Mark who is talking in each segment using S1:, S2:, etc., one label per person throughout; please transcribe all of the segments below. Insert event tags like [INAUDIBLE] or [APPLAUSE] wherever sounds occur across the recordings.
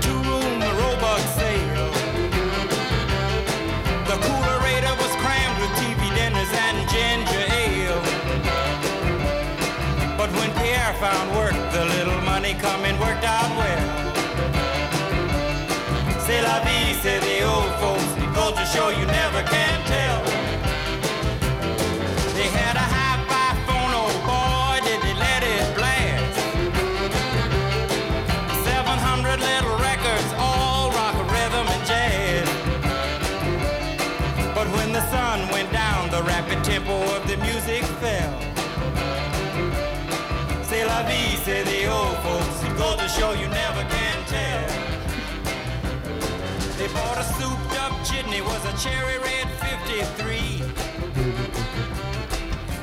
S1: two-room robot sale. The coolerator was crammed with TV dinners and ginger ale. But when Pierre found work, the little money coming worked out well. C'est la vie, say the old folks. It goes to show you never can tell. They had a high-fi phone, oh boy, did they let it blast. 700 little records, all rock, rhythm, and jazz. But when the sun went down, the rapid tempo of the music fell. C'est la vie, say the old folks. It goes to show you never can tell. They bought a souped up chitney, was a cherry red 53.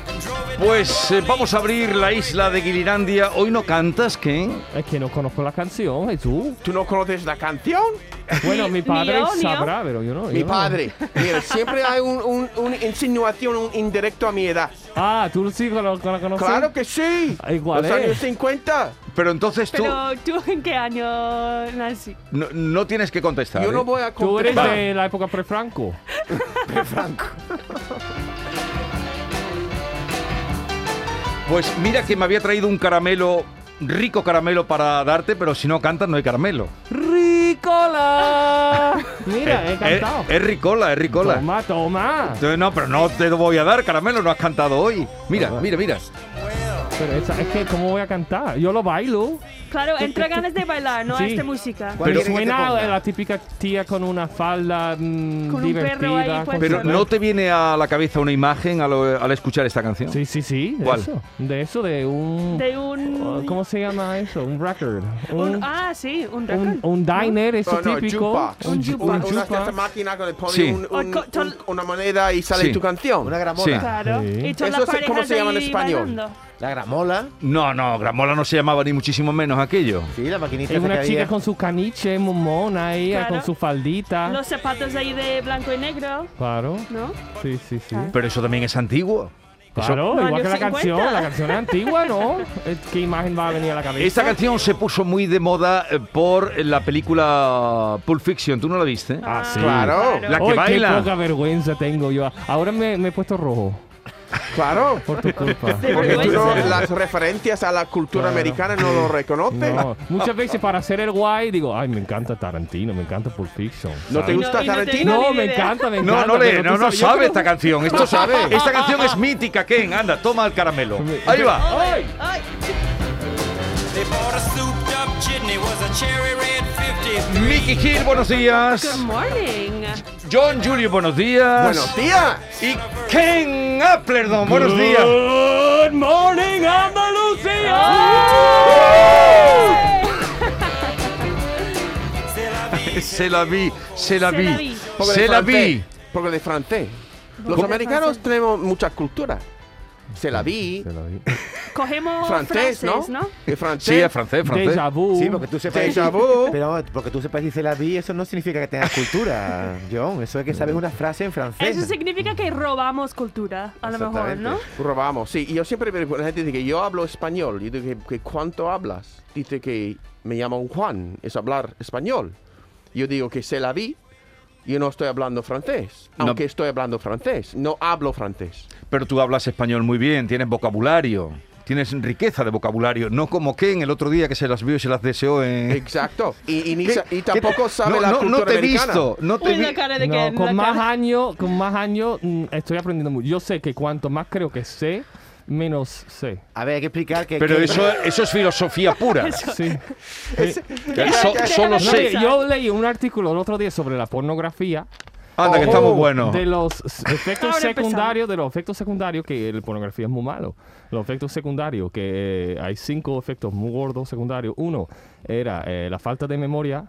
S1: And drove it
S2: Pues
S1: down
S2: eh, vamos a abrir la isla de Guilirandia. Hoy no cantas, ¿qué?
S3: Es que no conozco la canción, ¿y tú?
S4: ¿Tú no conoces la canción?
S3: Bueno, mi padre
S5: [LAUGHS] ni yo, ni yo.
S3: sabrá, pero yo no.
S4: Mi
S3: yo no.
S4: padre. Mira, siempre hay un, un- una insinuación, un indirecto a mi edad.
S3: Ah, tú sí que lo- que la conoces.
S4: ¡Claro que sí!
S3: Ah, igual,
S4: Los
S3: ¿eh?
S4: años 50.
S2: Pero entonces tú
S5: Pero tú, [LAUGHS] ¿en qué año nací?
S2: no, no tienes que contestar.
S4: Yo
S2: ¿eh?
S4: no voy a
S3: Tú eres
S4: contestar.
S3: de la época pre-Franco.
S2: Pues mira que me había traído un caramelo, rico caramelo para darte, pero si no cantas no hay caramelo.
S3: ¡Ricola! [LAUGHS] Mira, he
S2: Eh,
S3: cantado.
S2: Es, ricola, es ricola.
S3: Toma, toma.
S2: Entonces, No, pero no te voy a dar caramelo, no has cantado hoy. Mira, mira, mira.
S1: well.
S3: Pero esa- es que, ¿cómo voy a cantar? Yo lo bailo.
S5: Claro, entra ganas de bailar, ¿no? Este A
S3: Sí.
S5: esta música.
S4: ¿Cuál
S2: Pero-
S3: Pero
S4: quieres que te
S3: suena
S4: ponga?
S3: la típica tía con una falda mm,
S5: Con un
S3: divertida.
S5: perro ahí
S3: con-
S5: puesto.
S2: Pero no te viene a la cabeza una imagen al, al escuchar esta canción.
S3: Sí, sí, sí. De
S2: ¿Cuál?
S3: eso. De eso, de un...
S5: De un...
S3: Oh, ¿Cómo se llama eso? Un record.
S5: un- ah, sí, un rock
S3: un, un diner, eso
S4: No, no,
S3: típico.
S4: jukebox.
S5: Un
S3: ju-
S5: jukebox.
S4: Una
S3: jukebox.
S4: esta máquina que le pone
S2: Sí.
S4: un- un-
S5: O co- tol-
S4: un- una moneda y sale
S2: Sí.
S4: tu canción.
S6: Una
S2: Sí.
S6: gramola.
S5: Claro.
S3: Sí.
S5: Y todas
S4: Eso
S5: las
S4: se-
S5: parejas
S4: ¿cómo se llama en
S5: ahí
S4: español?
S5: bailando.
S6: La gramola.
S2: No, no, Gramola no se llamaba ni muchísimo menos aquello.
S6: Sí, la maquinita
S3: Es
S6: esa
S3: una
S6: que
S3: chica
S6: había.
S3: con su caniche, muy mona ahí,
S5: Claro.
S3: con su faldita.
S5: Los zapatos ahí de blanco y negro,
S3: Claro.
S5: ¿no?
S3: Sí, sí, sí.
S5: Claro.
S2: Pero eso también es antiguo. Eso-
S3: Claro,
S5: Los
S3: igual que la
S5: años 50.
S3: canción, la canción es antigua, ¿no? Eh, ¿Qué imagen va a venir a la cabeza?
S2: Esta canción se puso muy de moda eh, por la película Pulp Fiction. ¿Tú no la viste?
S3: Ah, sí.
S4: Claro,
S2: La que
S3: Ay,
S2: baila.
S3: qué poca vergüenza tengo yo. Ahora me, me he puesto rojo,
S4: claro.
S3: por tu culpa.
S5: [LAUGHS] Sí,
S4: Porque tú
S5: vergüenza.
S4: no- las referencias a la cultura
S3: Claro.
S4: americana no lo reconoces.
S3: No, muchas veces para hacer el guay digo, ay, me encanta Tarantino, me encanta Pulp Fiction.
S4: ¿No te
S3: ¿sabes?
S5: Y
S4: gusta
S5: y no te-
S4: Tarantino?
S5: ni
S3: No, me
S5: idea.
S3: encanta, me
S2: No,
S3: encanta.
S2: no le,
S3: pero tú
S2: no, no
S3: sabes- yo
S2: sabe
S3: creo-
S2: esta canción. Esto sabe. Esta canción es mítica, Ken. Anda, toma el caramelo. Ahí va.
S3: ¡Ay!
S5: ¡Ay!
S1: They bought a souped up chitney, was a cherry red 53.
S2: Mickey Hill, buenos
S5: Good
S2: días.
S5: morning.
S2: John Julio, buenos días.
S4: Buenos días.
S2: Y Ken Applerdon, buenos días.
S3: Good morning, Andalucía.
S5: ¡Ay!
S1: C'est la vie,
S2: Se la vi, se la
S5: Se la
S2: vi,
S5: vi.
S4: Porque
S2: se
S4: de
S2: la
S4: francés.
S2: vi.
S4: Porque de francés. Los
S5: ¿Cómo?
S4: americanos tenemos mucha cultura. Se la vi.
S5: Cogemos
S4: Francés, ¿no?
S5: frases, ¿no?
S4: De francés.
S2: Sí, es francés, francés.
S3: Déjà vu.
S6: Sí, porque tú sepas.
S4: Déjà vu.
S6: Pero vamos, porque tú sepas dice la vi, eso no significa que tengas cultura, John. Eso es que sabes una frase en francés.
S5: Eso significa que robamos cultura, a lo mejor, ¿no?
S6: Exactamente.
S4: Robamos, sí. Y yo siempre me la gente dice que yo hablo español. Yo digo que, que ¿cuánto hablas? Dice que me llaman Juan, es hablar español. Yo digo que se la vi. Yo no estoy hablando francés,
S2: No.
S4: aunque estoy hablando francés. No
S2: [LAUGHS]
S4: hablo francés.
S2: Pero tú hablas español muy bien, tienes vocabulario, tienes riqueza de vocabulario. No como Ken el otro día que se las vio y se las deseó en...
S4: Exacto. Y, Eh, y ni
S2: ¿Qué-
S4: sa- y
S2: qué-
S4: tampoco sabe
S2: no,
S4: la
S2: no,
S4: cultura
S2: no te he
S4: americana.
S2: visto, no te
S5: Uy,
S2: vi-
S5: la cara de
S3: No,
S5: que...
S3: con
S5: la
S3: más
S5: cara-
S3: años, con más años mm, estoy aprendiendo mucho. Yo sé que cuanto más creo que sé, menos sé.
S6: A ver, hay que explicar que.
S2: Pero
S6: que-
S2: eso, eso es filosofía pura.
S5: [LAUGHS]
S3: Sí.
S2: [LAUGHS] Eh, so-
S5: Déjame
S2: solo
S3: No,
S2: sé.
S5: pensar.
S3: yo leí un artículo el otro día sobre la pornografía
S2: Anda, que
S4: Oh.
S2: estamos buenos.
S3: de los
S5: [LAUGHS]
S3: efectos
S5: Ahora empezamos.
S3: secundarios, de los efectos secundarios, que la pornografía es muy malo. Los efectos secundarios, que eh, hay cinco efectos muy gordos secundarios. Uno era eh, la falta de memoria.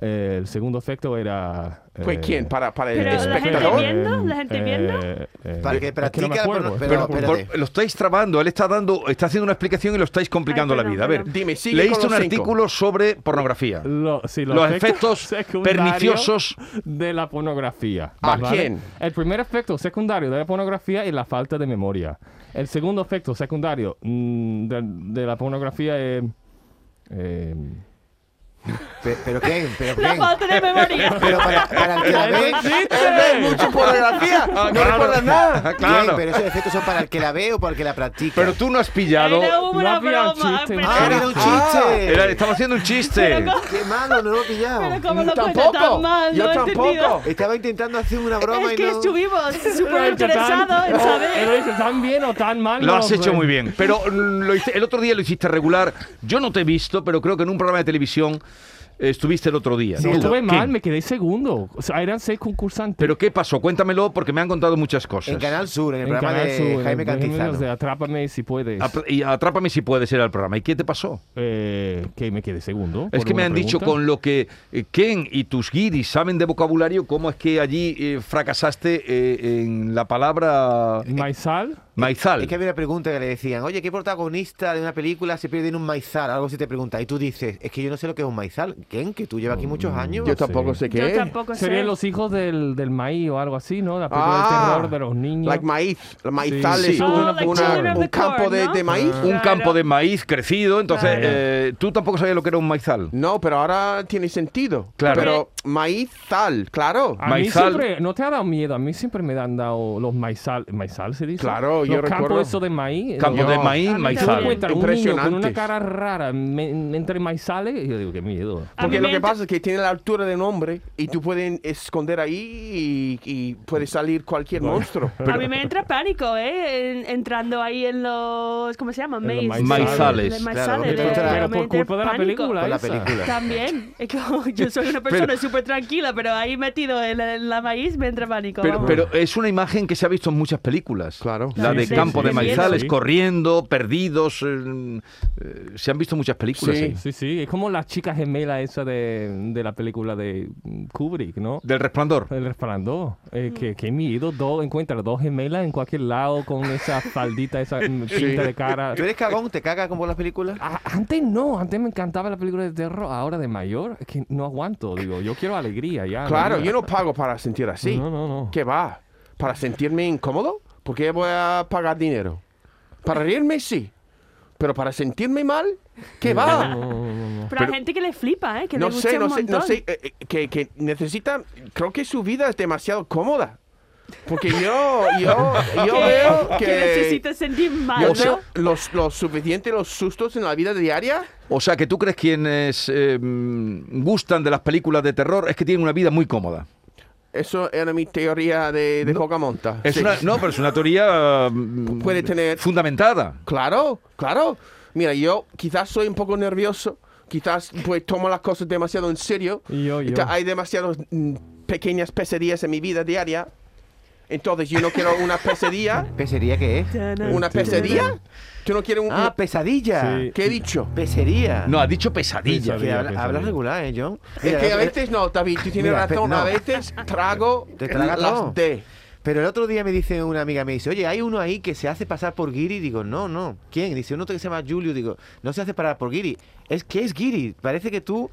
S3: Eh, el segundo efecto era.
S4: Pues,
S3: eh,
S4: ¿quién? ¿Para, para el
S5: Pero la gente
S4: espectador?
S5: viene- viendo? ¿La gente viendo?
S3: eh, eh,
S6: Para que
S3: es no me
S6: practique,
S3: acuerdo.
S6: pero
S2: Pero,
S6: no-
S2: por- por-
S6: espérate.
S2: lo estáis trabando, él está dando, está haciendo una explicación y lo estáis complicando
S5: Ay, perdón,
S2: la vida. A ver,
S5: perdón.
S4: Dime, sigue
S2: leíste
S4: con
S2: un
S4: los cinco.
S2: artículo sobre pornografía.
S3: Lo- sí,
S2: Los efectos
S3: [LAUGHS] secundarios
S2: perniciosos.
S3: de la pornografía.
S4: ¿A quién?
S3: El primer efecto secundario de la pornografía es la falta de memoria. El segundo efecto secundario mm, de, de la pornografía es... eh,
S6: Pe- Pero Ken, pero
S5: La
S6: Ken.
S5: falta de
S6: [LAUGHS]
S5: memoria.
S6: Pero para, para el que la ve.
S4: ¡Eh, ve mucho pornografía! ¡No recuerdas nada!
S2: Ah,
S6: Claro.
S2: claro.
S6: pero esos efectos son para el que la ve o para el que la practica.
S2: Pero tú no has pillado.
S5: Era
S3: No
S5: una
S3: había un
S5: broma.
S3: chiste,
S5: pero-
S6: ¡Ah, era un
S4: Ah,
S6: chiste!
S2: Era- estaba haciendo un chiste.
S5: Pero
S6: ¡Qué malo, no lo he pillado!
S5: Pero como lo cuenta
S4: Tampoco,
S5: tan mal,
S4: yo
S5: no he
S4: tampoco.
S5: entendido.
S6: Estaba intentando hacer una broma
S5: Es
S6: y
S5: que
S6: no...
S5: estuvimos súper
S3: lo he hecho tan-
S5: interesados en
S3: o- lo he
S5: saber.
S3: hecho tan bien o tan mal.
S2: Lo
S3: no
S2: has
S3: lo sé.
S2: hecho muy bien. Pero mm, lo hice- el otro día lo hiciste regular. Yo no te he visto, pero creo que en un programa de televisión eh, estuviste el otro día.
S6: Sí,
S2: Tú,
S3: Estuve
S2: ¿quién?
S3: mal, me quedé segundo. O sea, eran seis concursantes.
S2: Pero ¿qué pasó? Cuéntamelo porque me han contado muchas cosas.
S6: En Canal Sur, en el
S3: En
S6: programa
S3: Canal
S6: de
S3: Sur, en
S6: Jaime
S3: el régimen
S6: Cantizano.
S3: de Atrápame si puedes.
S2: Ap- Y atrápame si puedes ir al programa. ¿Y qué te pasó?
S3: Eh, que me quedé segundo.
S2: Es
S3: por
S2: que me
S3: una
S2: han dicho
S3: pregunta.
S2: con lo que eh, Ken y tus guiris saben de vocabulario, cómo es que allí eh, fracasaste eh, en la palabra
S3: Maizal.
S2: maizal.
S6: Es que había una pregunta que le decían, oye, ¿qué protagonista de una película se pierde en un maizal? Algo así te pregunta. Y tú dices, es que yo no sé lo que es un maizal. ¿Ken? Que tú llevas aquí
S3: Mm,
S6: muchos años.
S4: Yo tampoco sé qué
S5: Yo
S4: es.
S5: tampoco sé.
S3: Serían los hijos del, del maíz o algo así, ¿no? La película
S4: Ah,
S3: del terror de los niños.
S4: Like maíz. Maizal
S2: Sí.
S4: es
S2: Oh,
S4: una-
S5: like
S4: una-
S5: children of
S4: un
S5: the
S4: campo
S5: corn,
S4: de,
S5: ¿no?
S4: de maíz.
S2: Un
S5: Claro.
S2: campo de maíz crecido, entonces
S5: Claro.
S2: eh, tú tampoco sabías lo que era un maizal.
S4: No, pero ahora tiene sentido.
S2: Claro.
S4: Pero maizal, claro.
S3: a
S2: maizal.
S3: mí siempre, no te ha dado miedo, a mí siempre me han dado los maizal, maizal se dice.
S4: Claro,
S3: los
S4: yo
S3: campos
S4: recuerdo.
S3: esos de maíz.
S2: Campo
S3: los-
S2: de
S4: No.
S2: maíz,
S5: A mí
S3: Yo me
S5: también.
S2: maizal.
S3: encuentro un niño con una
S4: Impresionantes.
S3: cara rara me- entre maizales y yo digo, qué miedo.
S5: A
S4: Porque
S5: mí
S4: lo
S5: me
S4: que
S5: ent-
S4: pasa es que tiene la altura de un hombre y tú puedes esconder ahí y, y puede salir cualquier monstruo.
S5: A mí me entra pánico, ¿eh? En- entrando ahí en los. ¿Cómo se llama?
S3: En los
S5: Maze.
S2: maizales.
S5: Los
S6: Claro,
S5: maizales.
S6: pero-
S5: eh, me
S6: pero
S3: por
S5: entra
S3: culpa de la
S5: pánico.
S3: película. ¿eh?
S6: Con la
S3: esa.
S6: película.
S5: También. [LAUGHS] Es como yo soy una persona súper tranquila, pero ahí metido en la, en la maíz me entra pánico.
S2: Pero,
S5: vamos.
S2: pero es una imagen que se ha visto en muchas películas.
S4: Claro.
S2: La
S5: Sí,
S2: de
S5: sí,
S2: campo
S5: sí,
S2: de
S5: sí.
S2: maizales,
S3: Sí.
S2: corriendo, perdidos. eh, eh, se han visto muchas películas.
S4: Sí.
S2: ahí.
S3: Sí, sí, es como la chica gemela esa de, de la película de Kubrick, ¿no?
S2: Del resplandor.
S3: El resplandor. Eh, que, que miedo. Dos, encuentra dos gemelas en cualquier lado con
S2: [LAUGHS]
S3: esa faldita, esa mm, pinta de cara.
S6: ¿Tú eres cagón? ¿Te cagas con por las películas?
S3: A- antes no, antes me encantaba la película de terror. Ahora de mayor, es que no aguanto. Digo, yo quiero alegría ya.
S4: Claro,
S3: alegría.
S4: yo no pago para sentir así.
S3: No, no, no.
S4: ¿Qué va? ¿Para sentirme incómodo? ¿Por qué voy a pagar dinero? Para reírme, sí. Pero para sentirme mal, ¿qué va?
S5: Pero hay gente que le flipa, ¿eh? Que
S4: no
S5: le gusta
S4: sé,
S5: un
S4: no sé, no
S5: montón.
S4: sé, eh, eh, que, que necesita, creo que su vida es demasiado cómoda. Porque yo, yo, yo
S5: Que-
S4: veo que...
S5: Que necesita sentir mal,
S4: yo
S5: ¿no?
S4: veo los, los suficientes los sustos en la vida diaria.
S2: O sea, que tú crees quienes eh, mm, gustan de las películas de terror es que tienen una vida muy cómoda.
S4: Eso era mi teoría de, de Pocahontas.
S2: Es
S4: Sí.
S2: una- no, pero es una teoría mm,
S4: Puede tener-
S2: fundamentada.
S4: Claro, claro. Mira, yo quizás soy un poco nervioso, quizás pues tomo las cosas demasiado en serio.
S3: Y yo, yo.
S4: Entonces, Hay demasiadas mm, pequeñas pesadillas en mi vida diaria. Entonces yo no quiero una pesadilla.
S6: ¿Pesería qué
S3: [LAUGHS]
S6: es?
S4: ¿Una pesadilla? ¿Tú no quieres un...
S6: Ah, pesadilla.
S3: Sí.
S4: ¿Qué he dicho?
S6: Pesería.
S2: No, ha dicho pesadilla.
S3: Pesadilla.
S6: Que habla-
S3: pesadilla.
S6: hablas regular, ¿eh, John?
S4: Es
S6: Mira,
S4: que a
S6: el-
S4: veces no, David, tú tienes
S6: Mira, pe-
S4: razón.
S6: no.
S4: A veces trago
S6: Te traga
S4: las
S6: todo.
S4: D.
S6: Pero el otro día me dice una amiga, me dice, oye, hay uno ahí que se hace pasar por Giri. Digo, no, no. ¿Quién? Dice, uno que se llama Julio. Digo, no se hace pasar por Giri. Es que es Giri. Parece que tú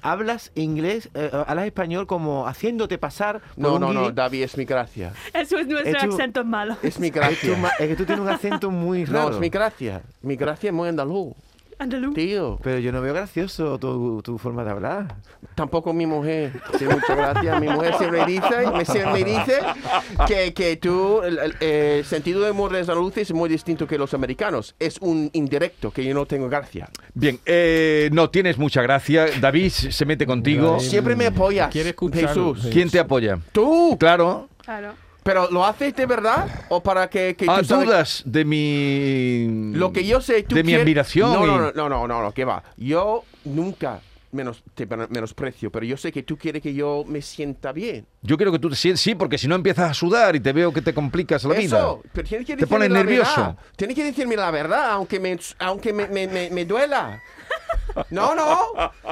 S6: hablas inglés, eh, hablas español como haciéndote pasar por
S4: No,
S6: un
S4: no, no,
S6: guiri.
S4: David, es mi gracia.
S5: Eso es nuestro
S6: Hecho-
S5: acento malo.
S4: Es mi
S6: Es que, tú ma-
S4: gracia.
S6: es que tú tienes un acento muy
S4: [LAUGHS]
S6: raro.
S4: No, es mi gracia. Mi gracia es muy andaluz,
S5: Andaluz.
S4: tío.
S6: Pero yo no veo gracioso tu, tu forma de hablar.
S4: Tampoco mi mujer. Sí, muchas gracias. Mi mujer siempre dice, me, siempre dice que, que tú, el, el- el sentido de humor de los andaluces es muy distinto que los americanos. Es un indirecto, que yo no tengo gracia.
S2: Bien, eh, no, tienes mucha gracia. David se mete contigo.
S3: David.
S4: Siempre me apoyas,
S3: Quiere escuchar-
S4: Em, Jesús.
S3: Sí.
S2: ¿Quién te apoya?
S4: Tú,
S2: Claro.
S5: Claro.
S4: pero ¿lo haces de verdad o para que, que
S2: Ah,
S4: tú sabes-
S2: dudas de mi.
S4: Lo que yo sé, tú
S2: De mi
S4: quieres-
S2: admiración.
S4: No,
S2: y-
S4: no, no, no, no, no, no, que va. Yo nunca menos, te men- menosprecio, pero yo sé que tú quieres que yo me sienta bien.
S2: Yo quiero que tú te sientas. Sí, porque si no empiezas a sudar y te veo que te complicas la vida.
S4: Eso, pero tienes que
S2: Te
S4: decirme
S2: pones
S4: la
S2: nervioso.
S4: verdad. Tienes que decirme la verdad, aunque me, aunque me, me, me- me duela. No, no.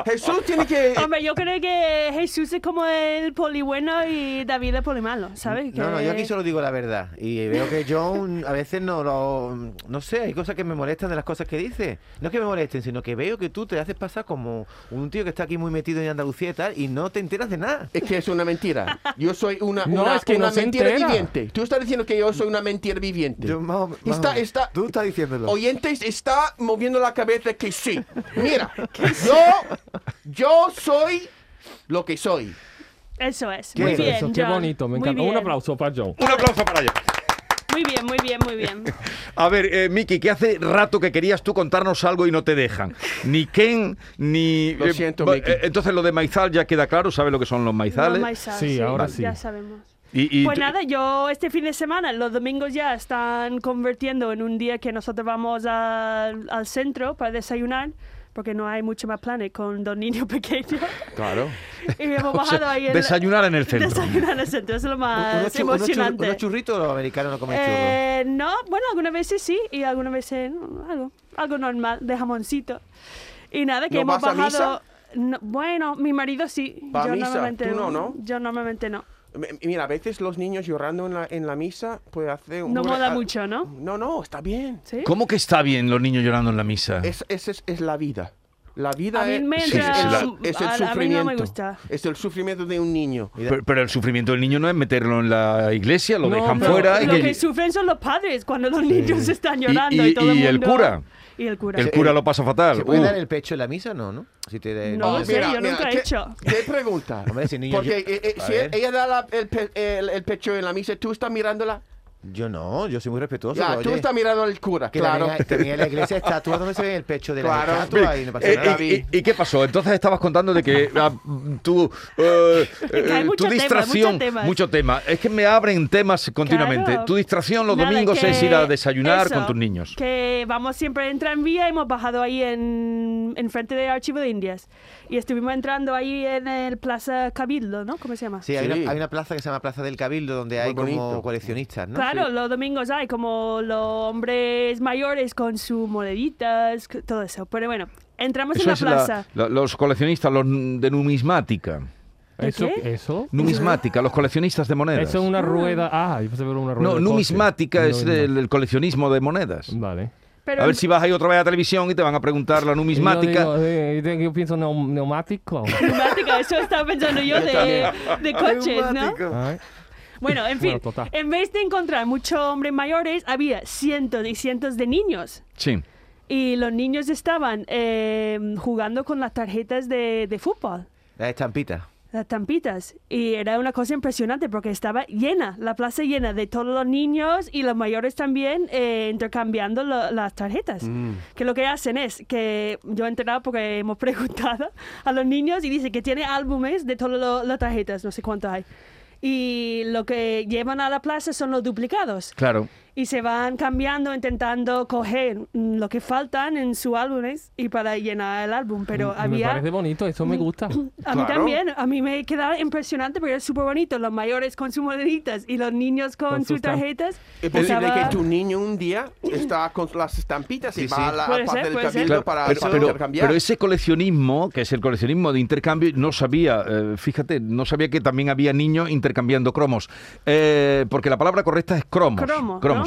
S4: Jesús tiene que.
S5: Hombre, yo creo que Jesús es como el poli bueno y David el poli malo, ¿sabes?
S6: No, no,
S5: Que-
S6: yo aquí solo digo la verdad. Y veo que John a veces no lo. No sé, hay cosas que me molestan de las cosas que dice. No es que me molesten, sino que veo que tú te haces pasar como un tío que está aquí muy metido en Andalucía y tal, y no te enteras de nada.
S4: Es que es una mentira. Yo soy una,
S3: No,
S4: una,
S3: es que
S4: una
S3: no se
S4: mentira
S3: entera.
S4: viviente. Tú estás diciendo que yo soy una mentira viviente.
S6: Yo, más o- más o
S4: está,
S6: menos.
S4: está,
S6: Tú estás diciéndolo.
S4: oyentes está moviendo la cabeza que sí.
S6: [LAUGHS]
S4: Mira, yo, yo soy lo que soy.
S5: Eso es.
S6: Qué
S5: Muy
S3: Eso,
S5: bien,
S3: eso, qué
S5: John.
S3: bonito, me
S5: Muy
S3: encanta. Un
S5: bien.
S3: aplauso para John.
S2: Un aplauso para ella.
S5: Muy bien, muy bien, muy
S4: [LAUGHS]
S5: bien.
S2: A ver, eh, Miki, que hace rato que querías tú contarnos algo y no te dejan. Ni Ken, ni...
S4: Lo
S2: eh,
S4: siento,
S2: va-
S4: Miki.
S2: eh, entonces lo de Maizal ya queda claro, sabe lo que son los maizales.
S5: No, Maizal,
S3: Sí, ahora sí.
S5: Ya sabemos.
S2: Y, y
S5: Pues
S2: tú-
S5: nada, yo este fin de semana, los domingos ya están convirtiendo en un día que nosotros vamos al- al centro para desayunar, porque no hay mucho más planes con dos niños [LAUGHS] pequeños.
S4: Claro.
S5: [LAUGHS] Y
S2: [LAUGHS]
S5: hemos
S2: O sea,
S5: bajado ahí. en la-
S2: desayunar en el centro.
S5: Desayunar en el centro, eso es lo más
S6: Unos chu- unos chu-
S5: emocionante.
S6: unos churritos los americanos no comen churros.
S5: Eh, no, bueno, algunas veces sí y algunas veces no, algo, algo normal, de jamoncito. Y nada, que
S4: ¿No
S5: hemos
S4: vas a
S5: bajado.
S4: misa?
S5: no- bueno, mi marido sí.
S4: ¿Va a
S5: yo
S4: misa?
S5: normalmente
S4: Tú no, ¿no?
S5: Yo normalmente no.
S4: M- Mira, a veces los niños llorando en la, en la misa puede hacer un.
S5: No
S4: una-
S5: mola
S4: a-
S5: mucho, ¿no?
S4: No, no, está bien.
S5: Sí.
S2: ¿Cómo que está bien los niños llorando en la misa?
S4: Es, es, es, es la vida. La vida
S5: A mí
S4: es,
S5: me
S2: Sí, entra- sí,
S4: es,
S2: la-
S4: el- es el
S5: a- a mí no me
S4: sufrimiento.
S5: gusta.
S4: Es el sufrimiento de un niño.
S2: Pero, pero el sufrimiento del niño no es meterlo en la iglesia, lo
S3: No,
S2: dejan
S3: pero-
S2: fuera. y
S5: Lo
S2: que-
S5: que sufren son los padres cuando los niños están llorando y,
S2: y-
S5: todo el
S2: y el
S5: mundo-
S2: cura.
S5: Y el cura.
S2: el cura lo pasa fatal.
S6: ¿Se puede
S2: Uh.
S6: dar el pecho en la misa? No, ¿no? Si te-
S5: No lo
S6: Hombre,
S5: sé, yo nunca he
S4: ¿qué-
S5: hecho.
S4: ¿Qué pregunta?
S6: [LAUGHS] Hombre, si niños
S4: Porque
S6: yo-
S4: eh, eh,
S6: A
S4: si
S6: ver.
S4: ella da la- el, pe- el- el pecho en la misa, tú estás mirándola.
S6: Yo no, yo soy muy respetuoso.
S4: Ya,
S6: pero
S4: tú
S6: oye,
S4: estás mirando al cura,
S6: que
S4: claro.
S6: también, hay- también en la iglesia estatuas donde se ve el pecho de
S4: Claro.
S6: la estatua y no pasa
S2: Eh,
S6: nada.
S2: eh, eh, ¿Y, qué pasó? Entonces estabas contando de que ah, tú, eh, eh,
S5: hay mucho
S2: tu
S5: tema,
S2: distracción,
S5: mucho tema.
S2: mucho tema. Es que me abren temas continuamente.
S5: Claro.
S2: Tu distracción los
S5: Nada,
S2: domingos
S5: que-
S2: es ir a desayunar
S5: eso,
S2: con tus niños.
S5: Que vamos siempre a entrar en vía, hemos bajado ahí en, en frente del Archivo de Indias. Y estuvimos entrando ahí en el Plaza Cabildo, ¿no? ¿Cómo se llama?
S6: Sí, hay,
S4: Sí.
S6: Una, hay una plaza que se llama Plaza del Cabildo donde hay
S4: bonito.
S6: como coleccionistas, ¿no?
S5: Claro, los domingos hay como los hombres mayores con sus moneditas, c- todo eso. Pero bueno, entramos
S2: Eso
S5: en la
S2: es la-
S5: plaza.
S2: la- los coleccionistas, los n- de numismática.
S5: ¿De
S3: Eso,
S5: qué?
S3: eso.
S2: Numismática, los coleccionistas de monedas.
S3: Eso es una rueda. Ah, yo pensé que era una rueda.
S2: No,
S3: de coche.
S2: numismática es
S3: No,
S2: el, el coleccionismo de monedas.
S3: no. Vale.
S5: Pero
S2: A
S5: [LAUGHS]
S2: ver si vas ahí otra vez a la televisión y te van a preguntar la numismática.
S3: Yo, digo, eh, yo, yo pienso
S2: [LAUGHS]
S3: neum- neumático.
S5: neumática, eso estaba pensando yo de, de coches, ¿no?
S3: Ay. [LAUGHS]
S5: Bueno, en
S3: Bueno,
S5: fin,
S3: total.
S5: en vez de encontrar muchos hombres mayores, había cientos y cientos de niños.
S2: Sí.
S5: Y los niños estaban eh, jugando con las tarjetas de, de fútbol,
S6: La estampita.
S5: las tampitas. Y era una cosa impresionante porque estaba llena, la plaza llena de todos los niños y los mayores también eh, intercambiando lo- las tarjetas.
S3: Mm.
S5: Que lo que hacen es que yo he enterado porque hemos [LAUGHS] preguntado a los niños y dice que tiene álbumes de todas lo- las tarjetas, no sé cuánto hay. Y lo que llevan a la plaza son los duplicados
S2: Claro.
S5: y se van cambiando intentando coger mm, lo que faltan en sus álbumes y para llenar el álbum pero había
S3: Me parece bonito, eso me gusta.
S5: [CLEARS THROAT] a mí
S4: Claro.
S5: también a mí me quedaba impresionante porque era súper bonito los mayores con sus moneditas y los niños con,
S3: Con
S5: sus
S3: sus tam-
S5: tarjetas
S4: Es posible
S5: Estaba-
S4: Eh, pues, que tu niño un día está con las estampitas y
S6: Sí,
S4: va
S6: sí.
S4: a la
S5: Puede
S4: parte
S5: ser,
S4: del
S5: puede ser.
S4: cabildo
S5: Claro,
S4: para,
S2: pero,
S4: para
S2: pero-
S4: intercambiar.
S2: pero ese coleccionismo, que es el coleccionismo de intercambio, no sabía, eh, fíjate, no sabía que también había niños intercambiando cromos. Eh, porque la palabra correcta es cromos.
S5: Cromo, ¿no?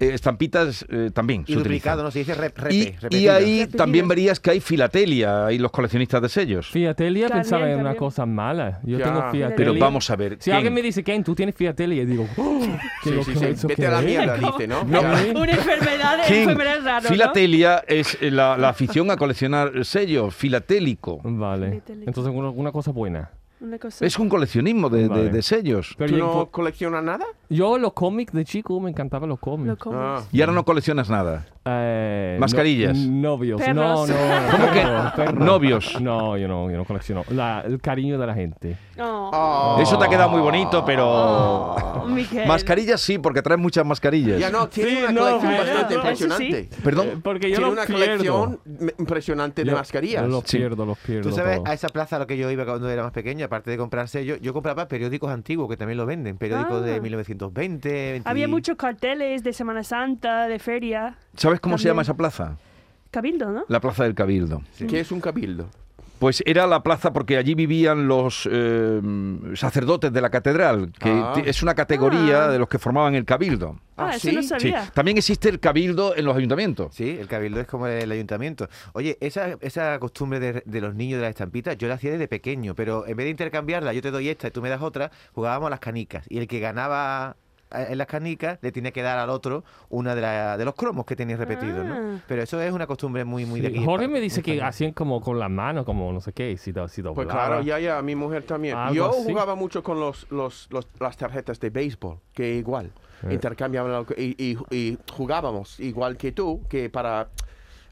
S2: Eh, estampitas eh, también.
S6: Y
S2: se utilizan.
S6: duplicado, ¿no? Se dice rep, repe,
S2: Y, y
S6: repetido.
S2: ahí
S5: Repetido.
S2: también verías que hay filatelia, hay los coleccionistas de sellos.
S3: Fíjate, Elia
S5: También,
S3: pensaba en una
S5: también.
S3: cosa mala. Yo
S4: Ya.
S3: tengo fiatelia.
S2: Pero vamos a ver,
S3: Si
S2: ¿quién?
S3: alguien me dice, Ken, tú tienes fiatelia, y digo, ¡oh!
S4: Sí,
S3: Digo,
S4: sí,
S3: ¿qué-
S4: sí.
S3: eso
S4: Vete
S3: qué
S4: a la
S3: es?
S4: mierda, dice, ¿no?
S2: No.
S4: Ya.
S5: [LAUGHS] una enfermedad
S2: ¿Quién?
S5: enfermedad raro
S2: Filatelia es eh, la, la afición a coleccionar sellos, filatélico.
S3: Vale.
S5: Fiatelia.
S3: Entonces, una, una cosa buena.
S5: ¿no? Una cosa-
S2: Es un coleccionismo de, de-
S3: Vale.
S2: de sellos.
S3: Pero
S4: ¿Tú
S3: yo,
S4: no coleccionas nada?
S3: yo los cómics de chico me encantaban los cómics.
S5: lo comes.
S4: Ah.
S2: Y ahora no coleccionas nada.
S3: Eh,
S2: Mascarillas.
S3: no- novios.
S5: Perros.
S3: No, no.
S4: [LAUGHS]
S3: no,
S2: ¿Cómo que?
S3: perros, perros.
S2: Novios.
S3: No, yo no, yo no colecciono. La- el cariño de la gente.
S5: Oh,
S4: Oh.
S2: Eso te ha quedado muy bonito, pero...
S5: [LAUGHS] Miguel.
S2: Mascarillas sí, porque traes muchas mascarillas.
S4: Ya no, tiene
S3: Sí,
S4: una
S3: no,
S4: colección
S3: claro.
S4: bastante
S5: Eso sí.
S4: impresionante.
S6: Eh,
S2: Perdón.
S3: Eh, Porque
S4: Tiene una colección me- impresionante de mascarillas.
S3: Los
S2: Sí.
S3: pierdo, los pierdo.
S6: Tú sabes, ah,
S3: todos.
S6: a esa plaza a la que yo iba cuando era más pequeña, aparte de comprar sellos, yo compraba periódicos antiguos que también lo venden, periódicos
S5: Ah.
S6: de 1920, 20...
S5: había muchos carteles de Semana Santa de feria
S2: ¿Sabes cómo se
S5: También.
S2: llama esa plaza?
S5: Cabildo, ¿no?
S2: La Plaza del Cabildo.
S4: ¿Qué es un cabildo?
S2: Pues era la plaza porque allí vivían los eh, sacerdotes de la catedral, que
S4: Ah.
S2: ti- es una categoría
S5: Ah.
S2: de los que formaban el cabildo.
S5: Ah,
S4: Ah,
S5: eso
S4: ¿sí?
S5: no
S2: Sí.
S4: Sí.
S5: sabía.
S2: También existe el cabildo en los ayuntamientos.
S6: Sí, el cabildo es como el ayuntamiento. Oye, esa, esa costumbre de, de los niños de las estampitas, yo la hacía desde pequeño, pero en vez de intercambiarla, yo te doy esta y tú me das otra, jugábamos a las canicas. Y el que ganaba eh, en las canicas le tenía que dar al otro una de, la- de los cromos que tenías repetido,
S5: Ah.
S6: ¿no? Pero eso es una costumbre muy, muy de
S3: Sí,
S6: aquí.
S3: Jorge
S6: pa-
S3: me dice que
S6: español.
S3: hacían como con las manos, como no sé qué, y si, do- si
S4: Pues
S3: doblaba.
S4: claro, ya, ya, mi mujer también.
S3: Oh, Algo
S4: Yo
S3: así.
S4: jugaba mucho con los, los, los- las tarjetas de béisbol, que igual, intercambiaban algo y, y- y jugábamos igual que tú, que para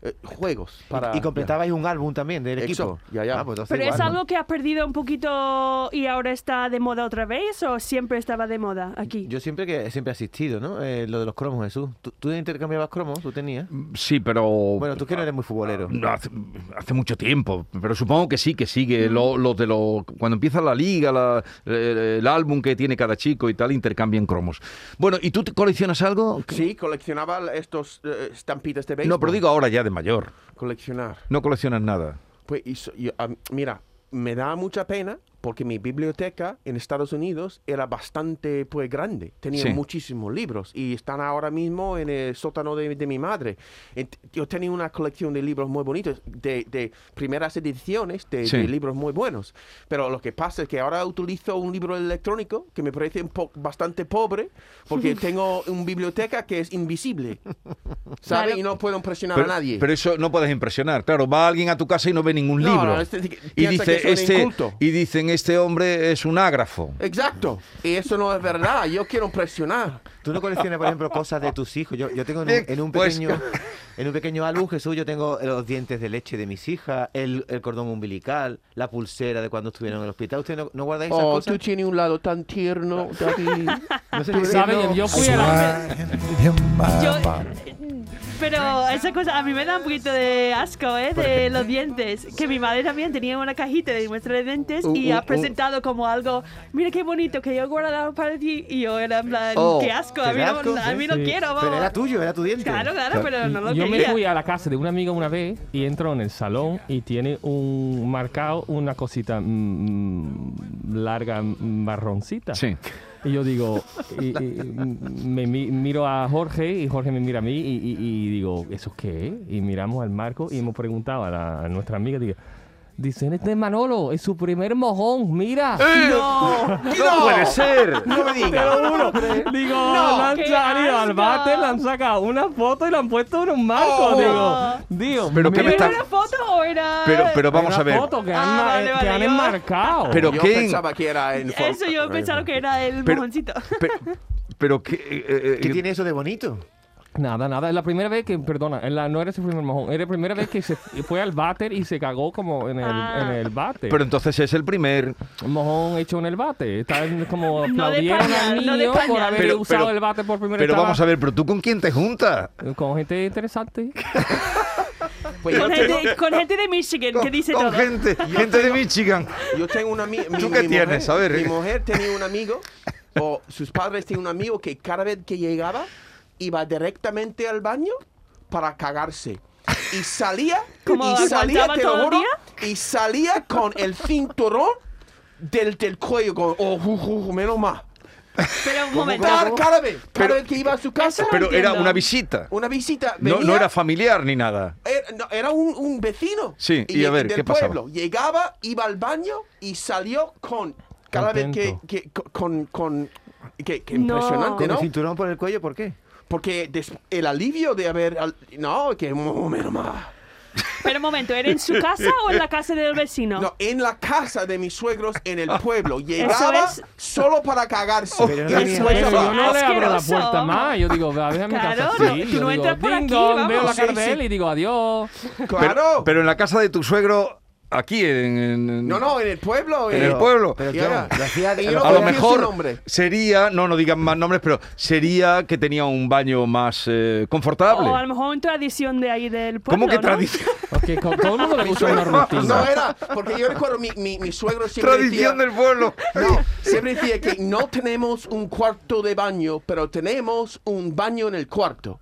S4: eh, juegos. Para,
S6: Y completabais un álbum también del
S4: Eso,
S6: equipo.
S4: ya, ya.
S6: Ah, pues entonces
S5: ¿Pero
S6: igual,
S5: es
S6: ¿no?
S5: algo que ha perdido un poquito y ahora está de moda otra vez o siempre estaba de moda aquí?
S6: Yo siempre que siempre he asistido, ¿no? Eh, lo de los cromos, Jesús. ¿Tú, tú intercambiabas cromos? ¿Tú tenías?
S2: Sí, pero...
S6: Bueno, tú que no eres muy futbolero.
S2: No, Hace, hace mucho tiempo, pero supongo que sí, que sigue. Lo, lo de lo, cuando empieza la liga, la- eh, el álbum que tiene cada chico y tal, intercambian cromos. Bueno, ¿y tú te coleccionas algo?
S4: Sí, coleccionaba estos eh, estampitas de béisbol.
S2: No, pero digo ahora ya de mayor.
S4: Coleccionar.
S2: No coleccionas nada.
S4: Pues y so- yo, am- mira, me da mucha pena porque mi biblioteca en Estados Unidos era bastante pues grande. Tenía
S2: Sí.
S4: muchísimos libros y están ahora mismo en el sótano de, de mi madre. Ent- Yo tenía una colección de libros muy bonitos, de, de primeras ediciones de,
S2: Sí.
S4: de libros muy buenos. Pero lo que pasa es que ahora utilizo un libro electrónico que me parece un po- bastante pobre
S2: [LAUGHS]
S4: porque tengo una biblioteca que es invisible. ¿Sabes?
S5: Claro.
S4: Y no puedo impresionar
S2: Pero,
S4: a nadie.
S2: pero eso no puedes impresionar. Claro, va alguien a tu casa y no ve ningún
S4: No,
S2: libro.
S4: no, este sí que-
S2: y,
S4: piensa que
S2: dice,
S4: soy
S2: este,
S4: inculto.
S2: y dicen, este hombre es un ágrafo.
S4: Exacto. Y eso no es verdad. Yo quiero presionar.
S6: ¿Tú no coleccionas, por ejemplo, cosas de tus hijos? Yo, yo tengo en un,
S2: Bien,
S6: en un
S2: pues-
S6: pequeño, en un pequeño álbum, Jesús, yo tengo los dientes de leche de mis hijas, el, el cordón umbilical, la pulsera de cuando estuvieron en el hospital. ¿Usted no, no guarda esas
S4: Oh, tú
S6: cosas?
S4: tienes un lado tan tierno,
S2: [LAUGHS]
S4: David.
S6: No sé
S3: Tú
S6: si-
S3: sabes,
S6: no.
S3: yo fui a la...
S5: Yo- pero esa cosa a mí me da un poquito de asco, ¿eh? De los dientes. Que mi madre también tenía una cajita de muestra de dientes y
S4: Uh, uh,
S5: ha
S4: uh.
S5: presentado como algo, mira qué bonito que yo guardaba para ti. Y yo era en plan,
S6: Oh,
S5: qué asco,
S6: qué
S5: a mí no,
S6: asco,
S5: a mí
S6: sí,
S5: no
S3: sí.
S5: quiero, vamos.
S6: Pero era tuyo, era tu diente.
S5: Claro, claro, pero no lo
S3: Yo me
S5: quería.
S3: fui a la casa de un amigo una vez y entro en el salón y tiene un marcado una cosita mm, mm, larga, mm, marroncita.
S2: Sí.
S3: Y yo digo, y- y- me mi- miro a Jorge y Jorge me mira a mí y, y- y digo, ¿eso qué es? Y miramos al marco y hemos preguntado a, la- a nuestra amiga, digo, dicen, este es Manolo, es su primer mojón, mira.
S5: No,
S2: Eh, ¡No puede ser!
S6: No me digas.
S3: [LAUGHS] Digo,
S5: No,
S3: la han,
S5: qué
S3: han ido al
S5: asco.
S3: váter, le han sacado una foto y le han puesto en un marco.
S5: Oh.
S3: Digo, Dios
S2: Pero qué
S5: ¿Pero
S2: me
S5: era
S2: está-
S5: una foto o era...?
S2: Pero, pero vamos
S3: Una
S2: a ver.
S3: foto que
S5: Ah,
S3: han, ma-
S5: vale,
S3: que
S5: vale,
S3: han
S5: yo-
S3: enmarcado.
S2: Pero
S4: yo
S2: ¿qué?
S4: pensaba que era en forma-
S5: Eso yo pensaba que era el
S2: Pero-
S5: mojoncito.
S2: Pe- pero que... eh, eh,
S6: ¿Qué tiene eso de bonito?
S3: Nada, nada. Es la primera vez que, perdona, es la- no era su primer mojón. Era la primera vez que se [LAUGHS] fue al váter y se cagó como en el,
S5: Ah.
S3: en el váter.
S2: pero entonces es el primer...
S3: Un mojón hecho en el váter. Está en- como
S5: No de
S3: aplaudieron
S5: pañal,
S3: al
S5: no
S3: niño
S5: de
S3: por
S5: pañal.
S3: haber
S2: Pero-
S3: usado
S2: pero-
S3: el váter por primera vez.
S2: Pero vamos a ver, pero tú con quién te juntas?
S3: Con gente interesante.
S4: Pues yo,
S5: Con
S4: tengo,
S5: gente, con gente de Michigan que dice
S2: con
S5: todo.
S2: gente, gente de Michigan.
S4: yo tengo un amigo.
S2: ¿Tú qué tienes? A ver.
S4: Mi mujer tenía un amigo, o sus padres tenían un amigo que cada vez que llegaba iba directamente al baño para cagarse. Y salía,
S5: ¿Cómo
S4: y salía,
S5: aguantaba
S4: te lo
S5: todo el
S4: juro,
S5: día?
S4: y salía con el cinturón del, del cuello, con, oh, ju, ju, ju, menos más.
S5: Pero un
S4: Como
S5: momento.
S4: Cada, cada vez, cada
S2: Pero-
S4: vez que iba a su casa,
S5: Eso-
S2: Pero era
S5: entiendo.
S2: una visita.
S4: una visita.
S2: No, no
S4: venía,
S2: era familiar ni nada.
S4: era, no, era un, un vecino.
S2: Sí, y a
S4: de-
S2: ver,
S4: del
S2: ¿qué pasaba?
S4: pueblo. Llegaba, iba al baño y salió con. Cada vez
S3: Contento.
S4: que. que- con. con que, que
S5: No.
S4: impresionante,
S6: ¿Con
S4: ¿no?
S6: el cinturón por el cuello? ¿Por qué?
S4: Porque des- el alivio de haber. al- no, que. mo- menos más.
S5: Pero un momento, ¿era en su casa o en la casa del vecino?
S4: No, en la casa de mis suegros
S2: [LAUGHS]
S4: en el pueblo. Llegaba
S5: es-
S4: solo para cagarse.
S6: Pero no
S4: Y
S6: tenía-
S4: después-
S3: Pero pues, yo no le abro la
S5: Asqueroso.
S3: puerta más. Yo digo, a ver a mi
S5: Claro,
S3: casa.
S5: no,
S3: sí.
S5: tú
S3: Yo
S5: no
S3: digo,
S5: entras por
S3: "Ding
S5: aquí,
S3: dong",
S5: vamos.
S3: veo la cara
S4: Sí,
S3: de
S4: sí.
S3: él y digo, adiós.
S4: claro.
S2: Pero en la casa de tu suegro, aquí, en... en-
S4: no, no, en el pueblo.
S2: En el
S4: eh,
S2: pueblo.
S6: Pero
S4: Ya,
S6: John,
S4: ya.
S6: lo hacía
S4: Y
S6: de-
S4: yo
S6: lo
S4: no
S2: A lo
S4: decir su
S2: mejor [LAUGHS]
S4: nombre.
S2: sería, no, no digan más nombres, pero sería que tenía un baño más eh,
S5: O a
S2: confortable.
S5: lo mejor en tradición de ahí del pueblo.
S2: ¿Cómo que
S5: ¿no?
S2: tradición?
S3: Porque con todo el mundo le gusta una
S4: No
S3: rutina.
S4: era, porque yo recuerdo mi, mi, mi suegro siempre decía,
S2: Tradición del pueblo.
S4: no, [LAUGHS] siempre decía que no tenemos un cuarto de baño, pero tenemos un baño en el cuarto.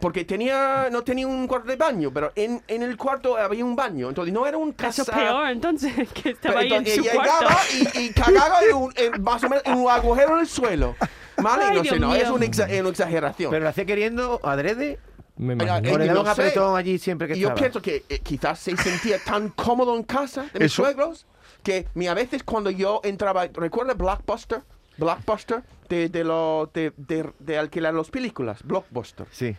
S4: Porque tenía, no tenía un cuarto de baño, pero en, en el cuarto había un baño. Entonces no era un casa.
S5: Eso es peor, entonces, [LAUGHS] que
S4: Pero
S5: estaba ahí en
S4: entonces
S5: su
S4: ella
S5: cuarto. [LAUGHS]
S4: llegaba y, y cagaba en un, en- más o menos en un agujero en el suelo. ¿Vale?
S5: Ay,
S4: no
S5: Dios
S4: sé, no, es
S5: mío.
S4: una, exa- es una exageración.
S6: Pero lo hacía queriendo adrede.
S3: Me
S4: Mira,
S3: imagino.
S4: eh,
S6: O le daba
S4: no
S6: un
S4: sé.
S6: apretón allí siempre que
S4: Y yo
S6: estaba.
S4: pienso que eh, quizás se sentía tan cómodo en casa de mis
S2: Eso-
S4: suegros que mi, a veces cuando yo entraba, ¿recuerda Blockbuster? Blockbuster de, de, lo, de, de- de alquilar las películas, Blockbuster.
S6: Sí.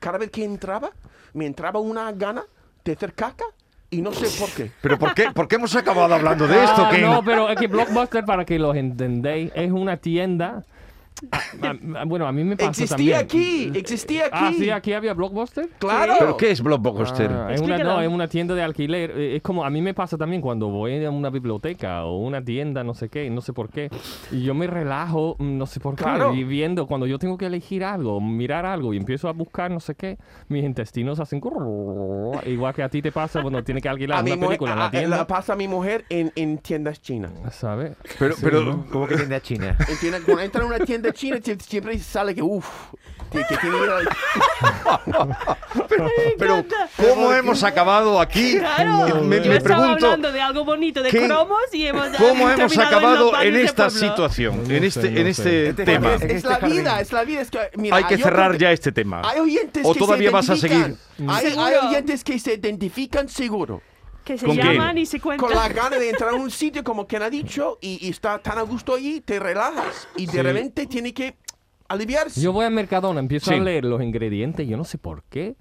S4: Cada vez que entraba, me entraba una gana de hacer caca y no sé por qué.
S2: ¿Pero por qué, por qué hemos acabado hablando
S4: eh,
S2: de esto?
S3: Ah,
S2: Ken?
S3: no, pero es que Blockbuster, para que los entendáis, es una
S4: [LAUGHS]
S3: tienda. Ah, ah, bueno, a mí me pasa también.
S4: Existía aquí, existía aquí.
S3: Ah, sí, aquí había Blockbuster.
S4: Claro.
S2: ¿Pero qué es Blockbuster?
S3: Ah, es una,
S5: Explícalo.
S3: no, es una tienda de alquiler. Eh, Es como a mí me pasa también cuando voy a una biblioteca o una tienda, no sé qué, no sé por qué. Y yo me relajo, mm, no sé por qué.
S4: Claro.
S3: Y viendo, cuando yo tengo que elegir algo, mirar algo y empiezo a buscar, no sé qué, mis intestinos hacen. [LAUGHS] crrrr, Igual que a ti te pasa cuando tienes que alquilar
S4: A mi
S3: una
S4: mujer-
S3: película en
S4: a-
S3: la
S4: a- la
S3: tienda.
S4: pasa a mi mujer en, en tiendas chinas.
S3: ¿Sabes?
S2: Pero,
S3: Sí,
S2: pero,
S3: ¿no?
S6: Como que tiende a
S4: [LAUGHS]
S6: China.
S4: En tienda- cuando entra en una tienda china, sie- siempre sale que, uff, que, que tiene que ir al-
S2: pero ¿cómo hemos acabado aquí?
S5: Claro,
S2: Me-
S5: yo
S2: me
S5: estaba
S2: pregunto,
S5: hablando de algo bonito, de
S2: ¿qué-
S5: cromos, y hemos
S2: ¿Cómo hemos
S5: terminado
S2: acabado
S5: los
S2: en,
S5: baños de
S2: esta
S5: pueblo?
S2: situación, en
S3: sé,
S2: este,
S3: no
S2: en este
S3: sé.
S6: Este
S2: tema?
S6: jardín.
S4: Es,
S6: este
S4: la
S6: jardín.
S4: vida, es la vida. Es que, mira,
S2: Hay que
S4: yo
S2: cerrar
S4: creo
S2: ya este tema.
S4: Hay oyentes
S2: ¿O
S4: que
S2: todavía
S4: se
S2: vas a
S4: identifican.
S2: seguir?
S4: Hay, hay
S5: Seguro.
S4: oyentes que se identifican seguro.
S5: Que se
S2: ¿Con quién?
S5: llaman y se cuentan.
S4: Con la gana de entrar a un sitio como quien ha dicho y, y está tan a gusto allí, te relajas y de
S3: Sí.
S4: repente tiene que aliviarse.
S3: Yo voy al Mercadona, empiezo
S2: Sí.
S3: a leer los ingredientes, yo no sé por qué.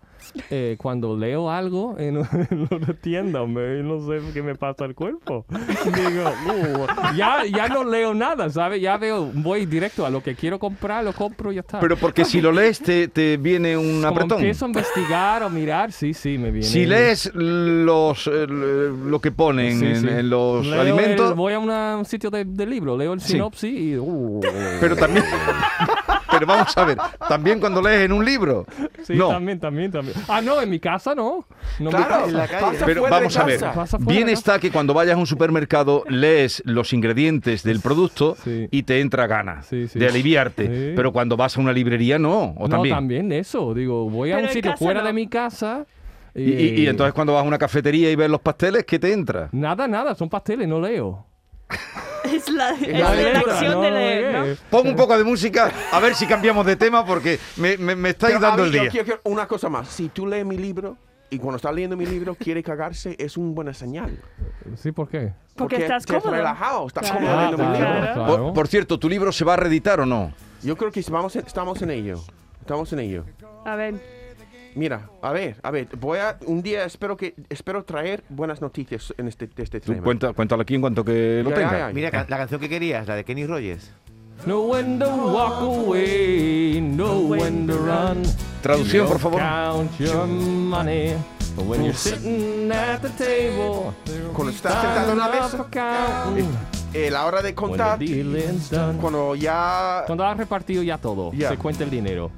S3: eh, cuando leo algo en, [LAUGHS] en una tienda, me- no sé qué me pasa al cuerpo. Digo, "Uh, ya, ya no leo nada, ¿sabes? Ya veo, voy directo a lo que quiero comprar, lo compro y ya está.
S2: Pero porque si lo lees te, te viene un
S3: Como
S2: apretón.
S3: empiezo a investigar o mirar, sí, sí, me viene.
S2: Si lees los, eh, lo que ponen
S3: Sí,
S2: en,
S3: sí.
S2: en los
S3: Leo
S2: alimentos,
S3: el- voy a una- un sitio de, de libro, leo el
S2: Sí.
S3: sinopsis y. uh,
S2: pero también... [LAUGHS] Pero vamos a ver, también cuando lees en un libro.
S3: sí,
S2: no,
S3: también, también, también. Ah, no, en mi casa no. no en mi
S4: Claro,
S3: casa.
S6: en la calle.
S4: pasa
S2: Pero
S4: fuera de
S2: vamos a ver.
S4: casa.
S3: Pasa fuera,
S2: Bien
S3: ¿no?
S2: está que cuando vayas a un supermercado lees los ingredientes del producto
S3: Sí.
S2: y te entra gana
S3: Sí, sí.
S2: de aliviarte.
S3: Sí.
S2: Pero cuando vas a una librería no, o
S3: no,
S2: también.
S3: eso. Digo, voy a
S5: Pero
S3: un
S5: en
S3: sitio
S5: casa
S3: fuera
S5: no.
S3: de mi casa. Y,
S2: Y, y- y entonces cuando vas a una cafetería y ves los pasteles, ¿qué te entra?
S3: Nada, nada, son pasteles, no leo.
S5: [LAUGHS] Es la, es
S4: la
S5: la
S4: lectura,
S5: acción
S3: no
S5: de leer,
S3: leo.
S5: ¿no?
S2: Pon un poco de música, a ver si cambiamos de tema porque me, me- me estáis
S4: Pero a
S2: dando
S4: mí,
S2: el
S4: yo
S2: día.
S4: quiero- quiero una cosa más. Si tú lees mi libro y cuando estás leyendo mi libro quiere cagarse, es una buena señal.
S3: Sí, ¿por qué?
S5: Porque, estás
S4: estás
S5: cómodo.
S4: relajado, estás
S5: Claro.
S4: cómodo leyendo mi libro.
S5: claro.
S2: Por, por cierto, ¿tu libro se va a reeditar o no?
S4: Yo creo que vamos en- estamos en ello. Estamos en ello.
S5: A ver,
S4: Mira, a ver, a ver, voy a un día espero que espero traer buenas noticias en este de este
S2: Tú
S4: tema.
S2: cuenta, cuéntalo aquí en cuanto que lo
S4: Ya,
S2: tengas.
S4: ya, ya.
S6: Mira, ca- la canción que querías, la de Kenny Rogers.
S3: No when to walk away, no when to run.
S2: Traducción, por
S3: Don't
S2: favor.
S3: Count your money. But when you're sitting at the table,
S4: Cuando estás sentado en la
S3: Ah,
S4: mesa, eh, la hora de contar,
S3: Cuando,
S4: cuando ya
S3: cuando has repartido ya todo,
S4: Ya.
S3: se cuenta el dinero.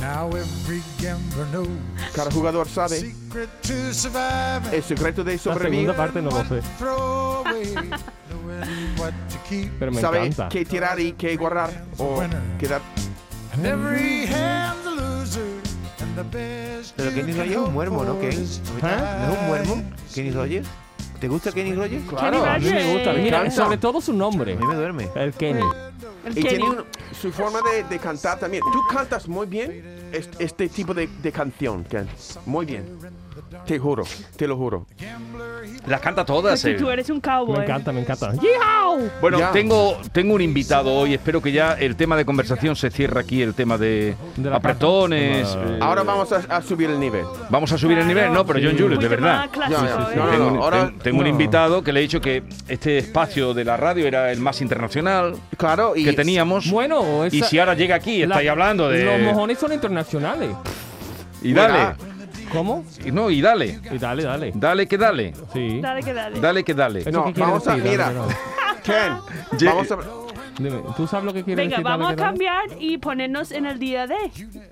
S7: Now every gambler knows
S4: cada jugador sabe
S7: secret to surviving.
S4: el secreto de
S3: La segunda
S4: sobrevivir,
S3: parte no lo sé,
S7: Throw away [LAUGHS] knowing what to keep.
S3: pero me
S4: sabe
S3: encanta.
S4: qué tirar y qué guardar o quedar.
S7: And every hand's a loser. And the best
S6: Pero
S7: you
S6: Kenny
S7: can
S6: Rogers es un
S7: hope
S6: muermo, ¿no,
S7: for
S6: Ken?
S7: is to
S6: ¿No es un muermo?
S7: die.
S6: ¿Kenny Rogers? ¿Te gusta Kenny Rogers?
S5: Kenny
S3: a mí me gusta,
S5: Rogers.
S3: mira,
S4: Encanta.
S3: sobre todo su nombre,
S6: A mí me duerme.
S3: el Kenny.
S5: el
S4: Y
S5: Kenny.
S4: tiene un- su forma de, de cantar también. Tú cantas muy bien es- este tipo de, de canción, Ken. Muy bien. Te juro, te lo juro.
S2: Las canta todas.
S5: Porque
S2: eh.
S5: Pues tú eres un
S3: Me
S5: cowboy.
S3: encanta, me encanta.
S2: Bueno,
S4: Ya.
S2: tengo, tengo un invitado hoy. Espero que ya el tema de conversación se cierre aquí, el tema de,
S3: De la
S2: apretones.
S3: pata.
S2: eh,
S4: Ahora vamos a, a subir el nivel.
S2: vamos a subir el nivel, ¿no? Pero John Julius, de
S5: Mucho
S2: verdad.
S5: más clásico,
S4: Ya, ya,
S5: ¿eh?
S4: No, no,
S2: tengo, un,
S4: no, ahora-
S2: ten- tengo un
S3: no.
S2: invitado que le he dicho que este espacio de la radio era el más internacional
S4: Claro, y
S2: que teníamos.
S3: Bueno,
S2: y
S3: esa-
S2: si ahora llega aquí,
S3: la-
S2: estáis hablando
S3: Los
S2: de.
S3: mojones son internacionales.
S2: Y dale.
S3: ¿Cómo?
S2: y No, y dale.
S3: Y dale, dale.
S2: Dale que dale.
S3: Sí.
S5: Dale que dale.
S2: Dale que dale.
S3: ¿Eso
S4: No,
S3: qué quiere
S4: vamos a-
S3: decir?
S4: mira.
S3: Dale, dale.
S4: Ken,
S2: Ye-
S4: vamos a
S3: Dime, ¿tú sabes lo que quiere
S5: Venga,
S3: decir?
S5: vamos a
S3: David Guerrero?
S5: cambiar y ponernos en el día de.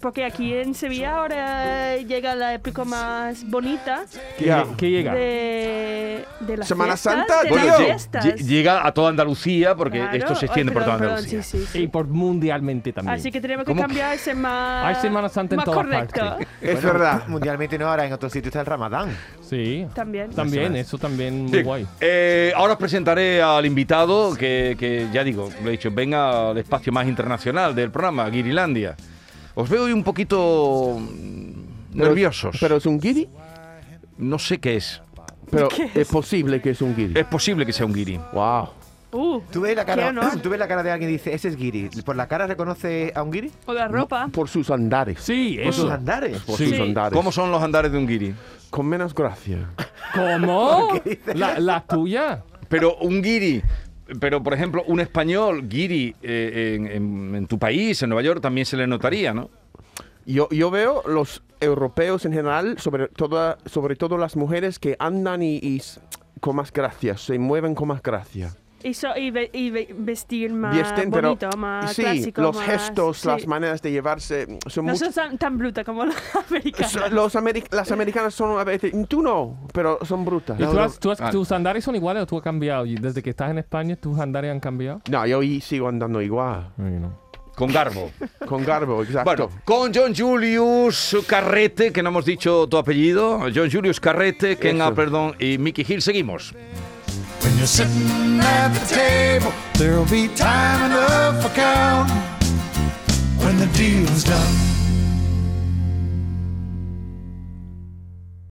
S5: Porque aquí en Sevilla ahora llega la época más bonita
S3: ¿Qué,
S4: Ya.
S3: qué llega?
S5: de, de las
S4: Semana
S5: fiestas,
S4: Santa,
S5: de
S4: tío.
S5: las
S2: lle-
S5: fiestas.
S2: lle- llega a toda Andalucía porque
S5: Claro.
S2: esto se
S5: Ay,
S2: extiende por toda
S5: perdón, perdón,
S2: Andalucía.
S5: sí, sí, sí.
S3: Y por mundialmente también.
S5: Así que tenemos que
S2: ¿Cómo?
S5: cambiar ese más.
S3: Hay Semana Santa en
S5: más
S3: todas
S5: correcto.
S3: partes.
S4: Es verdad.
S6: [LAUGHS] Mundialmente no, ahora en otro sitio está el Ramadán.
S3: Sí.
S5: También.
S3: También, eso también muy
S2: Bien,
S3: guay.
S2: eh, ahora os presentaré al invitado que, que, ya digo, lo he dicho, venga al espacio más internacional del programa, Guirilandia. Os veo hoy un poquito mm,
S4: Pero-
S2: nerviosos.
S4: Pero es un guiri.
S2: no sé qué es.
S4: Pero es posible que es un guiri.
S2: Es posible que sea un guiri.
S4: Wow.
S5: Uh,
S6: ¿Tú ves, la cara,
S5: Qué honor.
S6: [LAUGHS] tú ves la cara de alguien y dices, ese es Giri. ¿Por la cara reconoce a un Giri?
S5: o la ropa.
S4: Por sus andares.
S3: Sí,
S2: Pues
S6: Por sus
S3: eso.
S6: andares.
S4: Por
S3: Sí.
S4: sus andares.
S2: ¿Cómo son los andares de un guiri?
S4: Con menos gracia.
S2: [LAUGHS]
S3: ¿Cómo? La, la tuya.
S2: Pero un guiri, pero por ejemplo, un español guiri eh, en, en- en tu país, en Nueva York, también se le notaría, ¿no?
S4: Yo, yo veo los europeos en general, sobre todo, sobre todo las mujeres que andan y, y s- con más gracia, se mueven con más gracia.
S5: Y, so- y, ve- y ve- vestir más
S4: Visten, pero
S5: bonito, más
S4: sí,
S5: clásico.
S4: los
S5: más-
S4: gestos,
S5: sí.
S4: las maneras de llevarse mm, son
S5: No
S4: mucho-
S5: son tan, tan brutas como [LAUGHS] las americanas.
S4: so- los ameri- las americanas son a veces, "Mm, tú no, pero son brutas.
S3: ¿Y tú has- tú has-
S2: Ah.
S3: ¿Tus andares son iguales o tú has cambiado? Y Desde que estás en España, ¿tus andares han cambiado?
S4: No, yo y- sigo andando igual,
S3: Ay, no.
S2: Con garbo.
S4: con garbo, exacto.
S2: Bueno, con John Julius Carrete, que no hemos dicho tu apellido, John Julius Carrete, Ken
S4: Eso.
S2: Ah, perdón, y Mickey Hill, seguimos.
S7: When you're sitting at the table, there'll be time enough for counting when the deal's done.